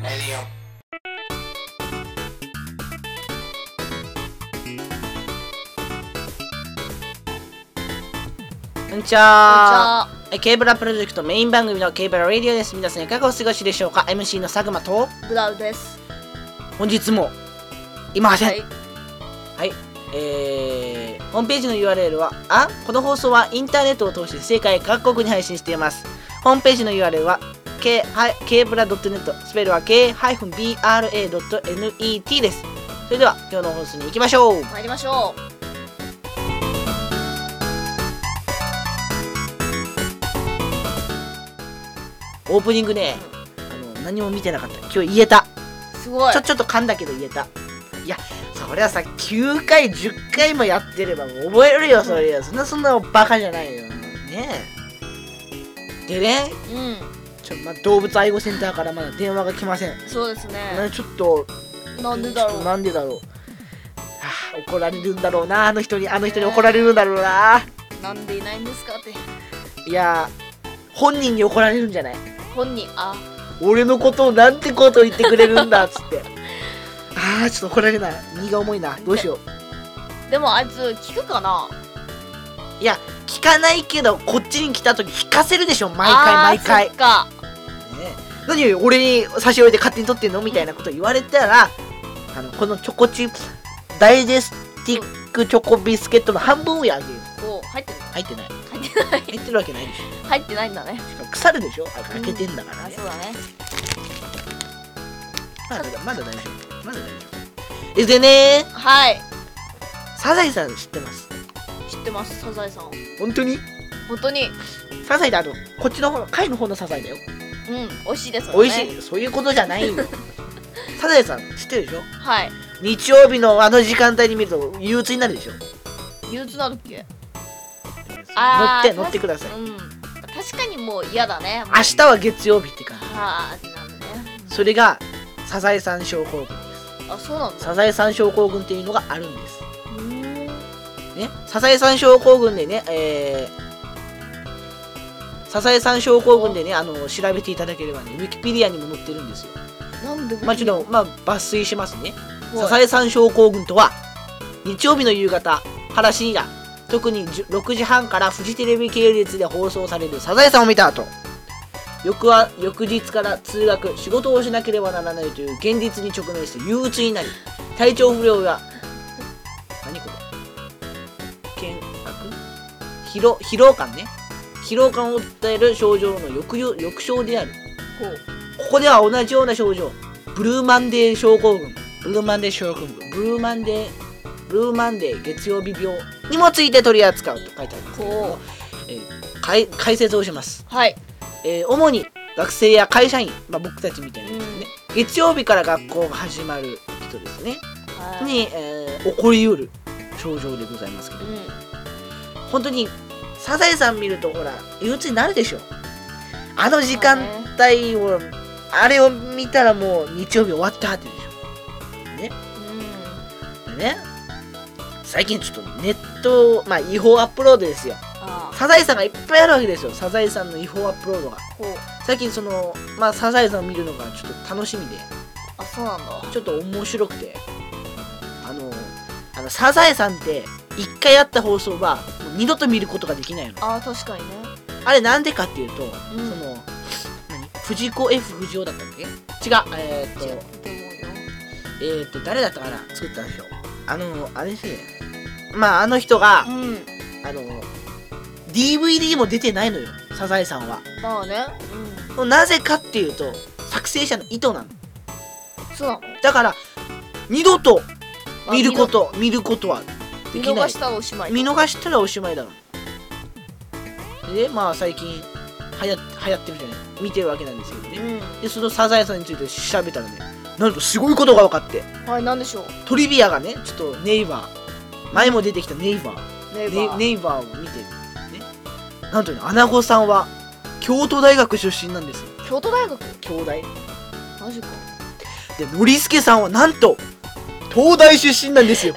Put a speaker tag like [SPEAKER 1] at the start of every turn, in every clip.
[SPEAKER 1] みよ
[SPEAKER 2] こんにちはえケーブラプロジェクトメイン番組のケーブララディオです皆さんいかがお過ごしでしょうか MC の佐久間と
[SPEAKER 3] ブラウです。
[SPEAKER 2] 本日もいません、
[SPEAKER 3] はい。
[SPEAKER 2] えー、ホームページの URL はあこの放送はインターネットを通して世界各国に配信していますホームページの URL は k はい kbra.net スペルは k-bra.net ですそれでは今日の放送に行きましょう
[SPEAKER 3] 参りましょう。
[SPEAKER 2] オープニングねあの何も見てなかった今日言えた
[SPEAKER 3] すごい。
[SPEAKER 2] ちょちょっと噛んだけど言えたいやそりゃさ9回10回もやってれば覚えるよそれそんなそんなバカじゃないよねえでね
[SPEAKER 3] う
[SPEAKER 2] ちょ、まあ、動物愛護センターからまだ電話が来ません、
[SPEAKER 3] ん。そうですね。
[SPEAKER 2] なちょっと
[SPEAKER 3] なんでだ
[SPEAKER 2] ちょ
[SPEAKER 3] ろ
[SPEAKER 2] っと
[SPEAKER 3] う。
[SPEAKER 2] なんでだろうはあ怒られるんだろうなあの人にあの人に怒られるんだろうな
[SPEAKER 3] なんでいないんですかって。
[SPEAKER 2] いや本人に怒られるんじゃない
[SPEAKER 3] 本人、あ、
[SPEAKER 2] 俺のことをなんてこと言ってくれるんだっつってあーちょっと怒られるな荷が重いなどうしよう
[SPEAKER 3] でもあいつ聞くかな。
[SPEAKER 2] いや聞かないけどこっちに来た時聞かせるでしょ毎回
[SPEAKER 3] あー
[SPEAKER 2] 毎回、
[SPEAKER 3] そっか。
[SPEAKER 2] ね何よ俺に差し置いて勝手に取ってんのみたいなこと言われたらあのこのチョコチップダイジェスティックチョコビスケットの半分をあげる
[SPEAKER 3] お、入ってる。
[SPEAKER 2] 入ってない
[SPEAKER 3] 入ってない。
[SPEAKER 2] 入ってるわけないでし
[SPEAKER 3] 入ってないんだね。
[SPEAKER 2] ょしかも腐るでしょあ開けてんだから
[SPEAKER 3] あ、
[SPEAKER 2] ね、
[SPEAKER 3] そうだね。
[SPEAKER 2] まだまだ大丈夫まだ大丈夫えでね
[SPEAKER 3] はい。
[SPEAKER 2] サザエさん知ってます
[SPEAKER 3] 知ってます。サザエさん。
[SPEAKER 2] 本当に
[SPEAKER 3] 本当に。
[SPEAKER 2] サザエだとこっちの方の貝の方のサザエだよ
[SPEAKER 3] うん。美味しいですもん
[SPEAKER 2] 美
[SPEAKER 3] ね。
[SPEAKER 2] 味しいそういうことじゃないよ サザエさん知ってるでしょ
[SPEAKER 3] はい。
[SPEAKER 2] 日曜日のあの時間帯に見ると憂鬱になるでしょ
[SPEAKER 3] 憂鬱なんだっけ。
[SPEAKER 2] 乗
[SPEAKER 3] あ
[SPEAKER 2] っ
[SPEAKER 3] ー
[SPEAKER 2] て乗ってください
[SPEAKER 3] うん。確かにもう嫌だね。
[SPEAKER 2] 明日は月曜日って感
[SPEAKER 3] はあ、ってなるね。
[SPEAKER 2] じそれがサザエさん症候群です
[SPEAKER 3] あ、そうなんだ。
[SPEAKER 2] サザエさん症候群っていうのがあるんです
[SPEAKER 3] うーん。
[SPEAKER 2] ねサザエさん症候群でねえーサザエさん症候群でねあの調べていただければねウィキペディアにも載ってるんですよ
[SPEAKER 3] なんで
[SPEAKER 2] まあちょっとまあ抜粋しますね
[SPEAKER 3] はい
[SPEAKER 2] サザエさん症候群とは日曜日の夕方から深夜特に10 6時半からフジテレビ系列で放送されるサザエさんを見た後翌は翌日から通学仕事をしなければならないという現実に直面して憂鬱になり体調不良や何これ見悪疲労疲労感ね疲労感を訴える症状の抑揚抑症である
[SPEAKER 3] ほう
[SPEAKER 2] ここでは同じような症状ブルーマンデー症候群ブルーマンデー症候群ブルーマンデーブルーマンデー月曜日病にもついて取り扱うと書いてありますけれども
[SPEAKER 3] ほ、
[SPEAKER 2] えーかい解説をします、
[SPEAKER 3] はい。
[SPEAKER 2] えー主に学生や会社員、まあ、僕たちみたいな人ですね、月曜日から学校が始まる人ですね
[SPEAKER 3] はい。
[SPEAKER 2] に、えー起こりうる症状でございますけど
[SPEAKER 3] うん。
[SPEAKER 2] 本当にサザエさん見るとほら憂鬱になるでしょあの時間帯をあれを見たらもう日曜日終わったってでし
[SPEAKER 3] うん。
[SPEAKER 2] ょでね最近ちょっとネットまあ違法アップロードですよ
[SPEAKER 3] あ
[SPEAKER 2] サザエさんがいっぱいあるわけですよサザエさんの違法アップロードが
[SPEAKER 3] あ、ほう。
[SPEAKER 2] 最近そのまあサザエさんを見るのがちょっと楽しみで
[SPEAKER 3] あ、そうなんだ。
[SPEAKER 2] ちょっと面白くてあのあのサザエさんって一回やった放送はもう二度と見ることができないの
[SPEAKER 3] ああ、確かにね。
[SPEAKER 2] あれなんでかっていうと、
[SPEAKER 3] ん
[SPEAKER 2] その何藤子 F 不二雄だったっけ違うえーっと
[SPEAKER 3] 違うと思うよ。
[SPEAKER 2] えーっと誰だったかな作ったんでしょあのあれですねまああの人が
[SPEAKER 3] うん。
[SPEAKER 2] あの DVD も出てないのよサザエさんは
[SPEAKER 3] まあね。
[SPEAKER 2] なぜかっていうと作成者の意図なの
[SPEAKER 3] うん。そうなの
[SPEAKER 2] だから二度と
[SPEAKER 3] あ
[SPEAKER 2] 見ること見ることはで
[SPEAKER 3] 見
[SPEAKER 2] き
[SPEAKER 3] 逃
[SPEAKER 2] ない
[SPEAKER 3] したらおしまい。
[SPEAKER 2] 見逃したらおしまいだろでまあ最近流行流行ってるじゃない見てるわけなんですけどね、
[SPEAKER 3] う
[SPEAKER 2] でそのサザエさんについて調べたらねなんとすごいことが分かって
[SPEAKER 3] ん。はい、なんでしょう。
[SPEAKER 2] トリビアがねちょっとネイバー前も出てきたネイバー
[SPEAKER 3] ネイバ
[SPEAKER 2] ネ
[SPEAKER 3] ー。
[SPEAKER 2] ネイバーを見てねなんとねアナゴさんは京都大学出身なんですよ
[SPEAKER 3] 京都大学
[SPEAKER 2] 京大
[SPEAKER 3] マジか。
[SPEAKER 2] でノリスケさんはなんと東大出身なん ですよ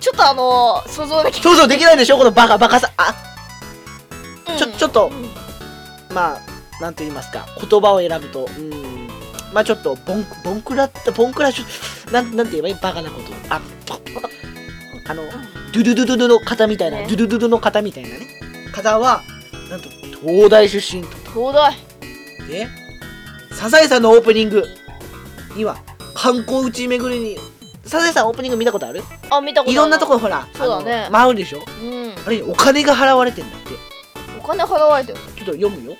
[SPEAKER 3] ちょっとあのー、想像でき
[SPEAKER 2] 想像できないでしょこのバカバカさあ
[SPEAKER 3] うん
[SPEAKER 2] ちょちょっと
[SPEAKER 3] うん
[SPEAKER 2] まあなんと言いますか言葉を選ぶとうーんまあちょっとボンボンクラってボンクラしなんなんて言えばいいバカなことあポあのドゥドゥドゥドゥドゥの方みたいな、
[SPEAKER 3] ね
[SPEAKER 2] ドゥドゥドゥドゥの方みたいなね方はなんと東大出身と
[SPEAKER 3] 東大
[SPEAKER 2] でサザエさんのオープニングには観光地巡りにサザエさんオープニング見たことある
[SPEAKER 3] あ見たことある
[SPEAKER 2] いろんなとこほら
[SPEAKER 3] そうだね
[SPEAKER 2] あの回るでしょ
[SPEAKER 3] うん
[SPEAKER 2] あれお金が払われてんだって
[SPEAKER 3] お金払われてる
[SPEAKER 2] ちょっと読むよ。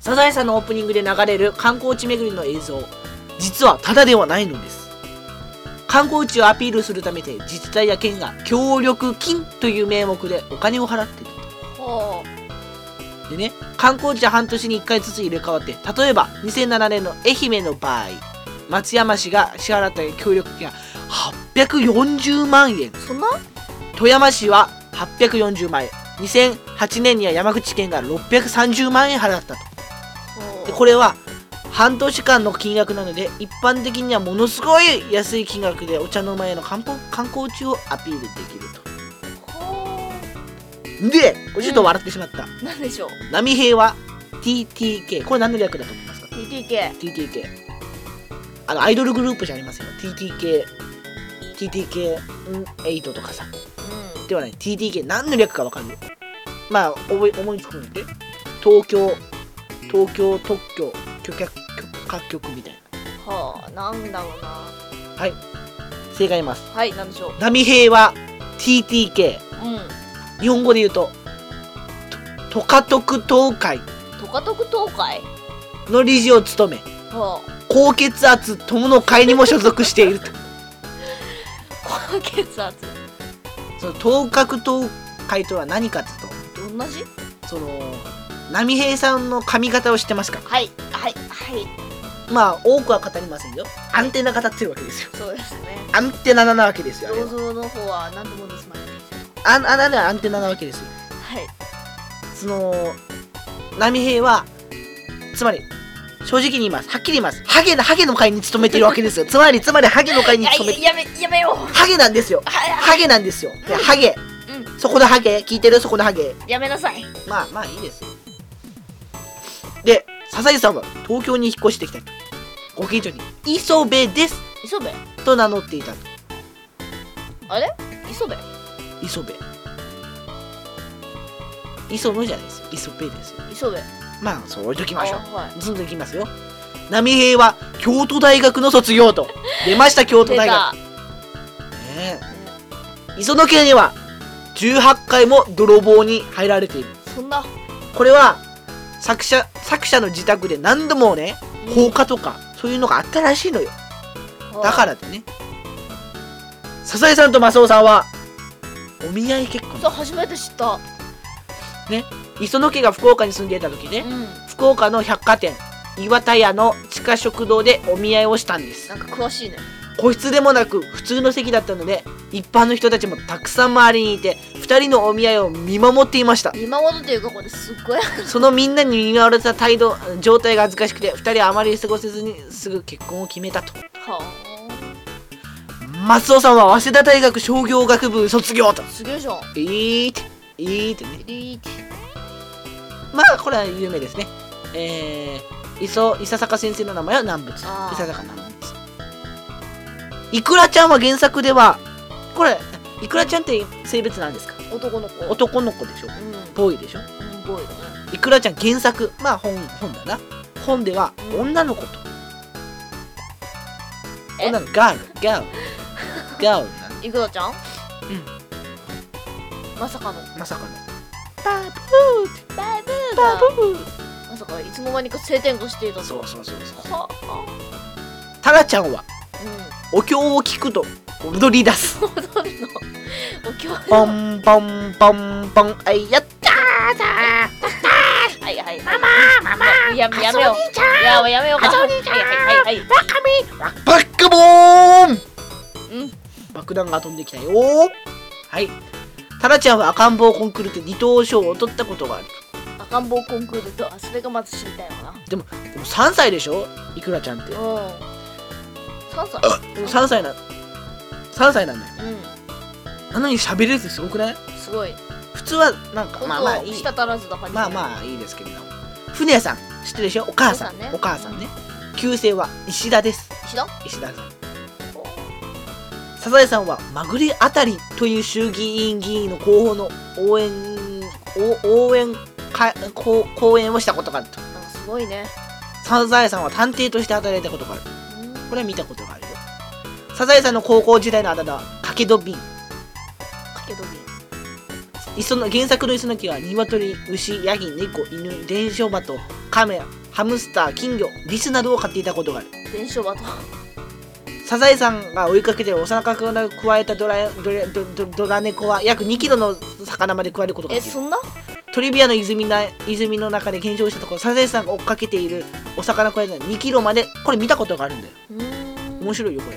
[SPEAKER 2] サザエさんのオープニングで流れる観光地巡りの映像、実はただではないのです。観光地をアピールするためで自治体や県が協力金という名目でお金を払っている
[SPEAKER 3] は
[SPEAKER 2] でね、観光地は半年に1回ずつ入れ替わって、例えば2007年の愛媛の場合、松山市が支払った協力金が840万円
[SPEAKER 3] あ、そんな
[SPEAKER 2] 富山市は840万円、2008年には山口県が630万円払ったと。でこれは半年間の金額なので一般的にはものすごい安い金額でお茶の間への観光観光地をアピールできる
[SPEAKER 3] は
[SPEAKER 2] とでこれちょっと笑ってしまった、
[SPEAKER 3] あなんでしょう
[SPEAKER 2] 波平は TTK これ何の略だと思いますか
[SPEAKER 3] TTK
[SPEAKER 2] TTK あのアイドルグループじゃありませんよ TTKTTK8 とかさ
[SPEAKER 3] う
[SPEAKER 2] ではない TTK 何の略か分かるまあ思い思いつくので東京東京特許許可許可局みたいなん
[SPEAKER 3] はあなんだろうな
[SPEAKER 2] 正解います
[SPEAKER 3] はいなんでしょう
[SPEAKER 2] 波平は TTK
[SPEAKER 3] う
[SPEAKER 2] 日本語で言うとトトカトク東海
[SPEAKER 3] んトカトク東海
[SPEAKER 2] の理事を務め
[SPEAKER 3] は
[SPEAKER 2] 高血圧友の会にも所属していると
[SPEAKER 3] あ高血圧
[SPEAKER 2] その東角東海とは何かという
[SPEAKER 3] 同じ
[SPEAKER 2] とその波平さんの髪型を知ってますか
[SPEAKER 3] はいはいはい
[SPEAKER 2] まあ多くは語りませんよアンテナ語ってるわけですよ
[SPEAKER 3] そうですね
[SPEAKER 2] アンテナなわけですよあれ
[SPEAKER 3] 銅
[SPEAKER 2] は
[SPEAKER 3] 像の方は何ともですまない
[SPEAKER 2] あんあなアンテナなわけですよ
[SPEAKER 3] はい
[SPEAKER 2] その波平はつまり正直に言いますはっきり言いますハゲなハゲの会に勤めてるわけです よつまりつまりハゲの会に
[SPEAKER 3] や
[SPEAKER 2] 勤めて
[SPEAKER 3] やめやめよう
[SPEAKER 2] ハゲなんですよ
[SPEAKER 3] はいは
[SPEAKER 2] ハゲなんですよでハゲ
[SPEAKER 3] いうん
[SPEAKER 2] そこのハゲ聞いてるそこのハゲ
[SPEAKER 3] やめなさい
[SPEAKER 2] まあまあいいですよで笹井さんは東京に引っ越してきたとご近所に磯部です
[SPEAKER 3] 磯部
[SPEAKER 2] と名乗っていたと
[SPEAKER 3] あれ磯部
[SPEAKER 2] 磯部磯野じゃないですよ磯部ですよ
[SPEAKER 3] 磯部
[SPEAKER 2] まあそう置いとき
[SPEAKER 3] あ
[SPEAKER 2] ましょう
[SPEAKER 3] は
[SPEAKER 2] ずんどんいきますよ波平は京都大学の卒業 と出ました京
[SPEAKER 3] い
[SPEAKER 2] 都
[SPEAKER 3] 出
[SPEAKER 2] 大
[SPEAKER 3] た
[SPEAKER 2] 学、ねえ、磯野家には18回も泥棒に入られている
[SPEAKER 3] そんな
[SPEAKER 2] これは作者作者の自宅で何度もね放火とかそういうのがあったらしいのよだかららでね笹井さんと正雄さんはお見合い結婚
[SPEAKER 3] そう初めて知った
[SPEAKER 2] 磯野家が福岡に住んでいた時
[SPEAKER 3] う
[SPEAKER 2] ね
[SPEAKER 3] ん
[SPEAKER 2] 福岡の百貨店岩田屋の地下食堂でお見合いをしたんです
[SPEAKER 3] なんか詳しいね
[SPEAKER 2] 個室でもなく普通の席だったので一般の人たちもたくさん周りにいて2人のお見合いを見守っていました
[SPEAKER 3] 今までというかこれすっごい
[SPEAKER 2] そのみんなに見守られた態度状態が恥ずかしくて2人はあまり過ごせずにすぐ結婚を決めたと
[SPEAKER 3] は
[SPEAKER 2] 松尾さんは早稲田大学商業学部卒業と
[SPEAKER 3] あすげえじゃん
[SPEAKER 2] えーってえーってね
[SPEAKER 3] リーチ
[SPEAKER 2] まあこれは有名ですねえー、磯伊佐坂先生の名前は南仏伊
[SPEAKER 3] あー
[SPEAKER 2] 佐坂南仏いくらちゃんは原作ではこれいくらちゃんって性別なんですか
[SPEAKER 3] 男の子
[SPEAKER 2] 男の子でしょ
[SPEAKER 3] うん
[SPEAKER 2] ボーイでしょ
[SPEAKER 3] うんボーイだね
[SPEAKER 2] いくらちゃん原作まあ本本だな本では
[SPEAKER 3] うん
[SPEAKER 2] 女の子と
[SPEAKER 3] え
[SPEAKER 2] 女のガールガールガールなの
[SPEAKER 3] いくらちゃんうんまさかの
[SPEAKER 2] まさかの
[SPEAKER 3] バブー
[SPEAKER 2] バ
[SPEAKER 3] が
[SPEAKER 2] ブー
[SPEAKER 3] まさかいつの間にか晴天としていたと
[SPEAKER 2] そうそうそうそう
[SPEAKER 3] は
[SPEAKER 2] タラちゃんは
[SPEAKER 3] あう
[SPEAKER 2] お経を聞くと踊り出す
[SPEAKER 3] ん踊るのお経
[SPEAKER 2] ポンポンポンポンあいやったーさ
[SPEAKER 3] はいはいママママややめよう
[SPEAKER 2] ちゃ
[SPEAKER 3] いややめようか
[SPEAKER 2] あそう兄ちゃん
[SPEAKER 3] はいはいはいはい
[SPEAKER 2] わかめわバックボーン
[SPEAKER 3] うん
[SPEAKER 2] 爆弾が飛んできたよはいタラちゃんは赤ん坊コンクールで二等賞を取ったことがある
[SPEAKER 3] 赤ん坊コンクールとあそれがまず知りたいわな
[SPEAKER 2] でも3歳でしょいくらちゃんって
[SPEAKER 3] う
[SPEAKER 2] で
[SPEAKER 3] ん3歳
[SPEAKER 2] も3歳な3歳なんだよ
[SPEAKER 3] う
[SPEAKER 2] なのに喋れるってすごくない
[SPEAKER 3] んすごい
[SPEAKER 2] 普通はなんか
[SPEAKER 3] 本
[SPEAKER 2] まあ
[SPEAKER 3] 当
[SPEAKER 2] ま
[SPEAKER 3] は
[SPEAKER 2] あいい
[SPEAKER 3] 滴らずだから
[SPEAKER 2] まあまあいいですけれども船屋さん知ってるでしょお母さん
[SPEAKER 3] お母さんね
[SPEAKER 2] お母さんね旧姓は石田です
[SPEAKER 3] 石田
[SPEAKER 2] 石田さんサザエさんはまぐれあたりという衆議院議員の候補の応援お応援かこう講演をしたことがあると
[SPEAKER 3] なんかすごいね。
[SPEAKER 2] サザエさんは探偵として働いたことがある
[SPEAKER 3] うん
[SPEAKER 2] これは見たことがあるよサザエさんの高校時代のあだ名はかけどびん
[SPEAKER 3] かけどび。
[SPEAKER 2] 磯の原作の磯の木は鶏牛ヤギ猫犬伝承馬と亀ハムスター金魚リスなどを飼っていたことがある
[SPEAKER 3] 伝承バト。
[SPEAKER 2] サザエさんが追いかけて幼かくな加えたドラドラドドドラ猫は約2キロの魚まで食われることが
[SPEAKER 3] え、
[SPEAKER 2] できる
[SPEAKER 3] そんな
[SPEAKER 2] トリビアの泉な泉の中で検証したところサザエさんが追っかけているお魚食われた2キロまでこれ見たことがあるんだよ
[SPEAKER 3] うーん。
[SPEAKER 2] 面白いよこれ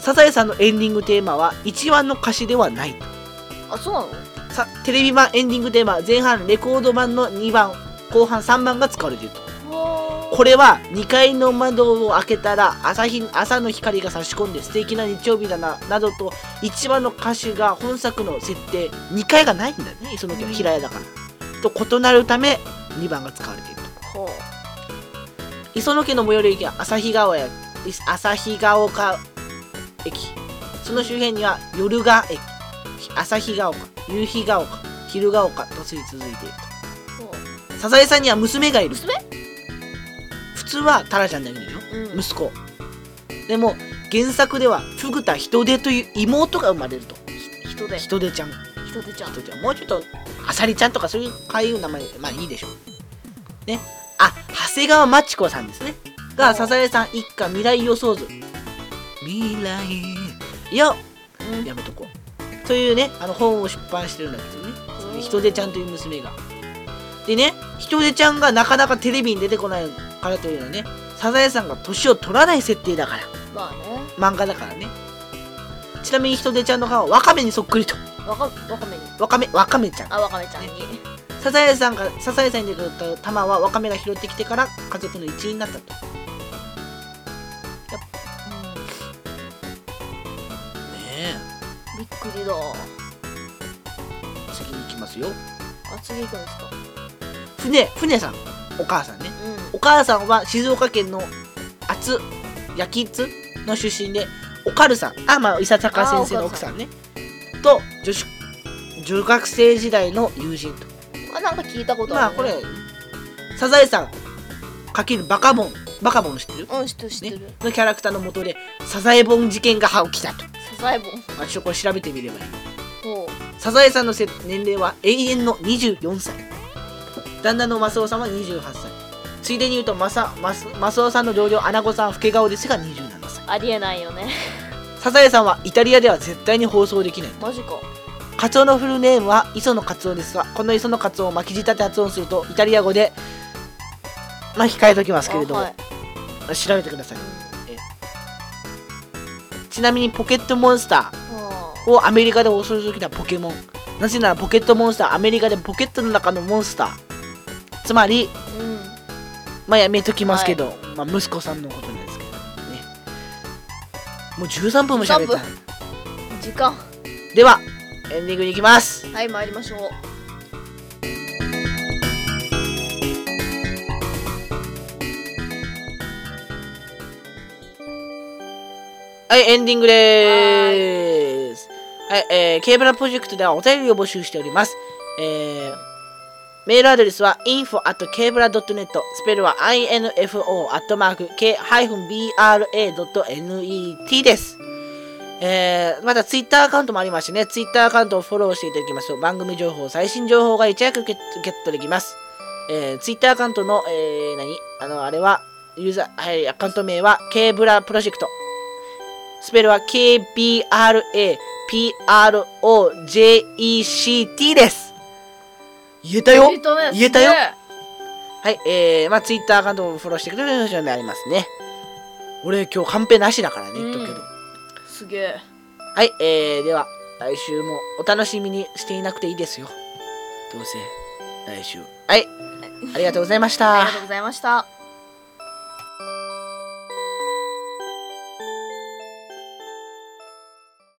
[SPEAKER 2] サザエさんのエンディングテーマは1話の歌詞ではない
[SPEAKER 3] あ、そうなの
[SPEAKER 2] さテレビ版エンディングテーマは前半レコード版の2番後半3番が使われていると
[SPEAKER 3] わー
[SPEAKER 2] これは2階の窓を開けたら朝日朝の光が差し込んで素敵な日曜日だななどと1番の歌詞が本作の設定2階がないんだよね磯野家は平屋だから、と異なるため2番が使われていると
[SPEAKER 3] ほう。
[SPEAKER 2] 磯野家の最寄り駅は旭川やい旭川丘駅その周辺には夜が駅旭川丘夕日が丘昼が丘と続いている
[SPEAKER 3] ほ。
[SPEAKER 2] サザエさんには娘がいうる
[SPEAKER 3] 娘
[SPEAKER 2] 普通はタラちゃんだけでしょ
[SPEAKER 3] うん。
[SPEAKER 2] 息子でも原作ではフグタヒトデという妹が生まれると
[SPEAKER 3] ひ人で。
[SPEAKER 2] ヒトデちゃん
[SPEAKER 3] 人でちゃん
[SPEAKER 2] ヒ。トデちゃんもうちょっとアサリちゃんとかそういうかいう名前まあいいでしょうねあ長谷川真知子さんですね
[SPEAKER 3] は
[SPEAKER 2] が
[SPEAKER 3] い
[SPEAKER 2] サザエさん一家未来予想図未来よ
[SPEAKER 3] うん
[SPEAKER 2] やめとこうというねあの本を出版してるんだけどね
[SPEAKER 3] うん
[SPEAKER 2] ヒトデちゃんという娘がでねヒトデちゃんがなかなかテレビに出てこないからというのはねサザエさんが年を取らない設定だから
[SPEAKER 3] まあね。
[SPEAKER 2] 漫画だからねちなみにヒトデちゃんの顔はワカメにそっくりと
[SPEAKER 3] わか、わかめに。
[SPEAKER 2] ワカメワカメちゃん
[SPEAKER 3] あ、わかめちゃんに。
[SPEAKER 2] サザエさんがサザエさんに出てくる玉はワカメが拾ってきてから家族の一員になったとね
[SPEAKER 3] びっくりだ。
[SPEAKER 2] え次に行きますよ
[SPEAKER 3] あ、次行くんですか。
[SPEAKER 2] 船船さんお母さんね
[SPEAKER 3] うん。
[SPEAKER 2] お母さんは静岡県の厚焼き津の出身でおかるさんあまあ伊佐坂先生の奥さんねと女子女学生時代の友人と
[SPEAKER 3] あ、なんか聞いたこと
[SPEAKER 2] ま
[SPEAKER 3] あ
[SPEAKER 2] あ
[SPEAKER 3] る、ね。
[SPEAKER 2] これサザエさん×バカボンバカボン知ってる
[SPEAKER 3] うん、知ってる、知ってる。
[SPEAKER 2] ね、のキャラクターの元でサザエボン事件が起きたと、
[SPEAKER 3] サザエボン。
[SPEAKER 2] まあ、ちょっとこれ調べてみればいい
[SPEAKER 3] ほう。
[SPEAKER 2] サザエさんのせ年齢は永遠の24歳旦那のマスオさんは28歳ついでに言うとマサマスマスオさんの同僚アナゴさんは老け顔ですが27歳
[SPEAKER 3] ありえないよ ね。
[SPEAKER 2] サザエさんはイタリアでは絶対に放送できない
[SPEAKER 3] マジか。
[SPEAKER 2] カツオのフルネームは磯野カツオですがこの磯野カツオを巻き舌で発音するとイタリア語でまあ控えときますけれども、
[SPEAKER 3] あはい
[SPEAKER 2] 調べてください
[SPEAKER 3] うん
[SPEAKER 2] ちなみにポケットモンスタ
[SPEAKER 3] あ
[SPEAKER 2] ーをアメリカで放送するときはポケモンなぜならポケットモンスターはアメリカでポケットの中のモンスターつまり
[SPEAKER 3] ーうん。
[SPEAKER 2] まあやめときますけど、まあ息子さんのことなんですけどねもう13分も喋った
[SPEAKER 3] 13時間。
[SPEAKER 2] ではエンディングに行きます
[SPEAKER 3] はい、参りましょう。
[SPEAKER 2] はい、エンディングでーす。はい、えー、ケーブラプロジェクトではお便りを募集しております。えー、メールアドレスは info.kbra.net スペルは info.k-bra.net です。えー、またツイッターアカウントもありましてね、ツイッターアカウントをフォローしていただきますと番組情報、最新情報がいち早くゲットゲットできます。えー、ツイッターアカウントの、えー、何あの、あれは、ユーザー、はい、アカウント名は k ブラプロジェクト。スペルは KBRAPROJECT です。言えたよ
[SPEAKER 3] えっとね
[SPEAKER 2] 言えたよ
[SPEAKER 3] すげえ
[SPEAKER 2] はい、えー、まあツイッターアカウントもフォローしてくれるようになりますね。俺今日カンペなしだからね、言っとくけど。
[SPEAKER 3] うんすげえ。
[SPEAKER 2] はい、えー、では、来週もお楽しみにしていなくていいですよ。どうせ、来週。はい、ありがとうございました
[SPEAKER 3] ありが。とうございました。